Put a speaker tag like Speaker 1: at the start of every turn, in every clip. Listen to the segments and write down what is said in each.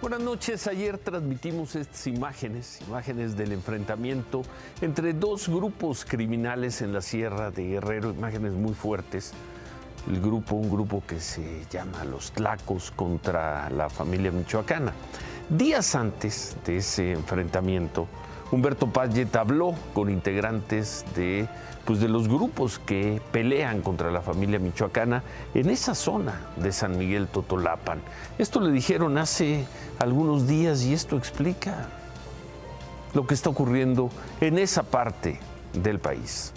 Speaker 1: Buenas noches. Ayer transmitimos estas imágenes, imágenes del enfrentamiento entre dos grupos criminales en la Sierra de Guerrero, imágenes muy fuertes. El grupo, un grupo que se llama Los Tlacos contra la familia michoacana. Días antes de ese enfrentamiento, Humberto Payet habló con integrantes de, pues, de los grupos que pelean contra la familia michoacana en esa zona de San Miguel Totolapan. Esto le dijeron hace algunos días y esto explica lo que está ocurriendo en esa parte del país.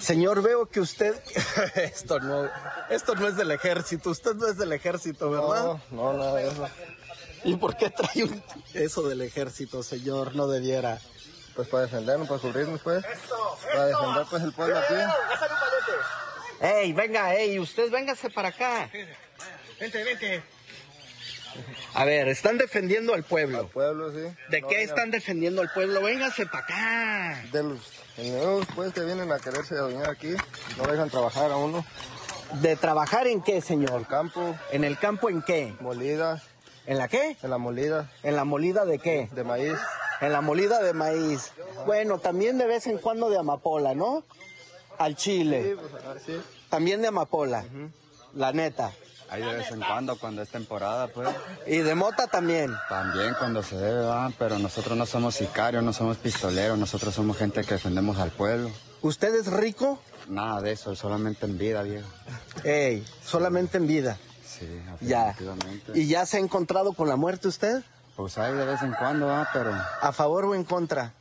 Speaker 2: Señor, veo que usted. esto, no, esto no es del ejército. Usted no es del ejército, ¿verdad?
Speaker 3: No, no, nada de eso.
Speaker 2: ¿Y por qué trae un- eso del ejército, señor? No debiera.
Speaker 3: Pues para defendernos, para cubrirnos, pues. Para defender, pues, el pueblo aquí.
Speaker 2: ¡Ey, venga, ey! Usted véngase para acá. Vente, vente. A ver, están defendiendo al
Speaker 3: Al
Speaker 2: pueblo.
Speaker 3: pueblo, sí.
Speaker 2: ¿De
Speaker 3: No
Speaker 2: qué
Speaker 3: vengan-
Speaker 2: están defendiendo al pueblo? Véngase para acá.
Speaker 3: De los enemigos, pues, que vienen a quererse adueñar aquí. No dejan trabajar a uno.
Speaker 2: ¿De trabajar en qué, señor?
Speaker 3: Al campo,
Speaker 2: ¿En el campo en qué?
Speaker 3: molida,
Speaker 2: ¿En la qué?
Speaker 3: en la molida
Speaker 2: ¿En la molida de qué?
Speaker 3: de maíz.
Speaker 2: En la molida de maíz. Bueno, también de vez en cuando de amapola, ¿no? Al
Speaker 3: Sí,
Speaker 2: chile.
Speaker 3: pues, así.
Speaker 2: También de amapola. La neta.
Speaker 4: Ahí de vez en cuando, cuando es temporada, pues.
Speaker 2: Y de mota también.
Speaker 4: También cuando se debe, va, pero nosotros no somos sicarios, no somos pistoleros, nosotros somos gente que defendemos al pueblo.
Speaker 2: ¿Usted es rico?
Speaker 4: Nada de eso, solamente en vida, viejo.
Speaker 2: Ey, solamente en vida.
Speaker 4: Sí,
Speaker 2: Ya.
Speaker 4: efectivamente.
Speaker 2: ¿Y ya se ha encontrado con la muerte usted?
Speaker 4: Pues ahí de vez en cuando, va, pero
Speaker 2: ¿A favor o en contra?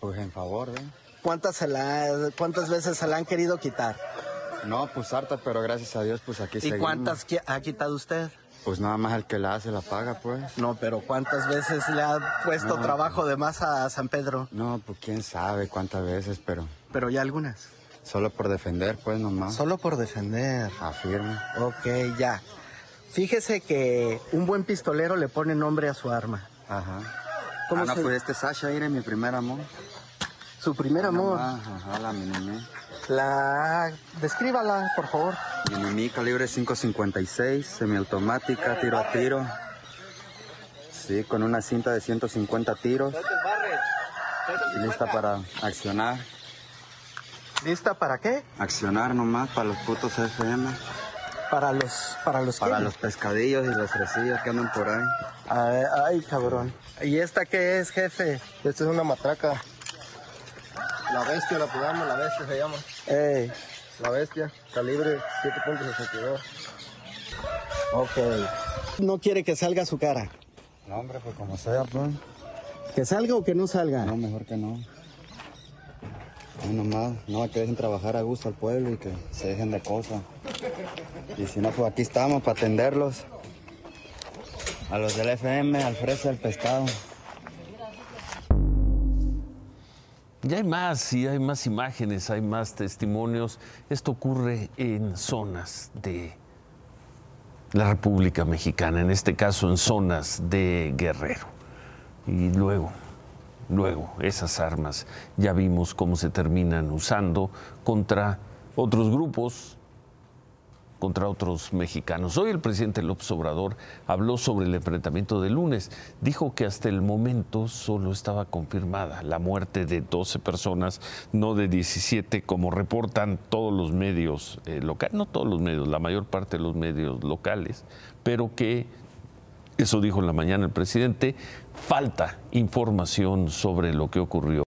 Speaker 4: pues en favor, ¿ve?
Speaker 2: ¿Cuántas, se la- cuántas veces se la han querido quitar?
Speaker 4: No, pues harta, pero gracias a Dios, pues aquí
Speaker 2: ¿Y
Speaker 4: seguimos.
Speaker 2: cuántas qui- ha quitado usted?
Speaker 4: Pues nada más el que la hace la paga, pues.
Speaker 2: No, pero ¿cuántas veces le ha puesto trabajo de más a San Pedro?
Speaker 4: No, pues quién sabe cuántas veces, pero
Speaker 2: Pero ya algunas.
Speaker 4: solo por defender, pues nomás.
Speaker 2: Solo por defender.
Speaker 4: Afirma.
Speaker 2: Ok, ya. Fíjese que un buen pistolero le pone nombre a su arma.
Speaker 4: Ajá.
Speaker 2: ¿Cómo
Speaker 4: ah, no,
Speaker 2: se-
Speaker 4: pues este Sasha era mi primer amor.
Speaker 2: Su primer
Speaker 4: Ah,
Speaker 2: amor.
Speaker 4: Ajá, ajá, la Minimi.
Speaker 2: La. Descríbala, por favor.
Speaker 4: Minimi calibre 5.56, semiautomática, tiro a tiro. Sí, con una cinta de 150 tiros. Y lista para accionar.
Speaker 2: ¿Lista para qué?
Speaker 4: Accionar nomás para los putos FM,
Speaker 2: Para los. Para los.
Speaker 4: para
Speaker 2: qué?
Speaker 4: los pescadillos y los fresillos que andan por ahí.
Speaker 2: Ay, ay, cabrón. ¿Y esta qué es, jefe?
Speaker 3: Esta es una matraca. La bestia la pegamos, la bestia se llama.
Speaker 2: Ey,
Speaker 3: La bestia, calibre 7.62.
Speaker 2: ok. No quiere que salga su cara.
Speaker 4: No, hombre, pues como sea, pues.
Speaker 2: ¿Que salga o que no salga?
Speaker 4: No, mejor que no. Ay, nomás, no, que dejen trabajar a gusto al pueblo y que se dejen de cosas. Y si no, pues aquí estamos para atenderlos. A los del FM, al fresa, al pescado.
Speaker 1: Ya hay más, y hay más imágenes, hay más testimonios. Esto ocurre en zonas de la República Mexicana, en este caso en zonas de Guerrero. Y luego, luego, esas armas ya vimos cómo se terminan usando contra otros grupos, contra otros mexicanos. Hoy el presidente López Obrador habló sobre el enfrentamiento de lunes. Dijo que hasta el momento solo estaba confirmada la muerte de 12 personas, no de 17, como reportan todos los medios eh, locales, no todos los medios, la mayor parte de los medios locales, pero que, eso dijo en la mañana el presidente, falta información sobre lo que ocurrió.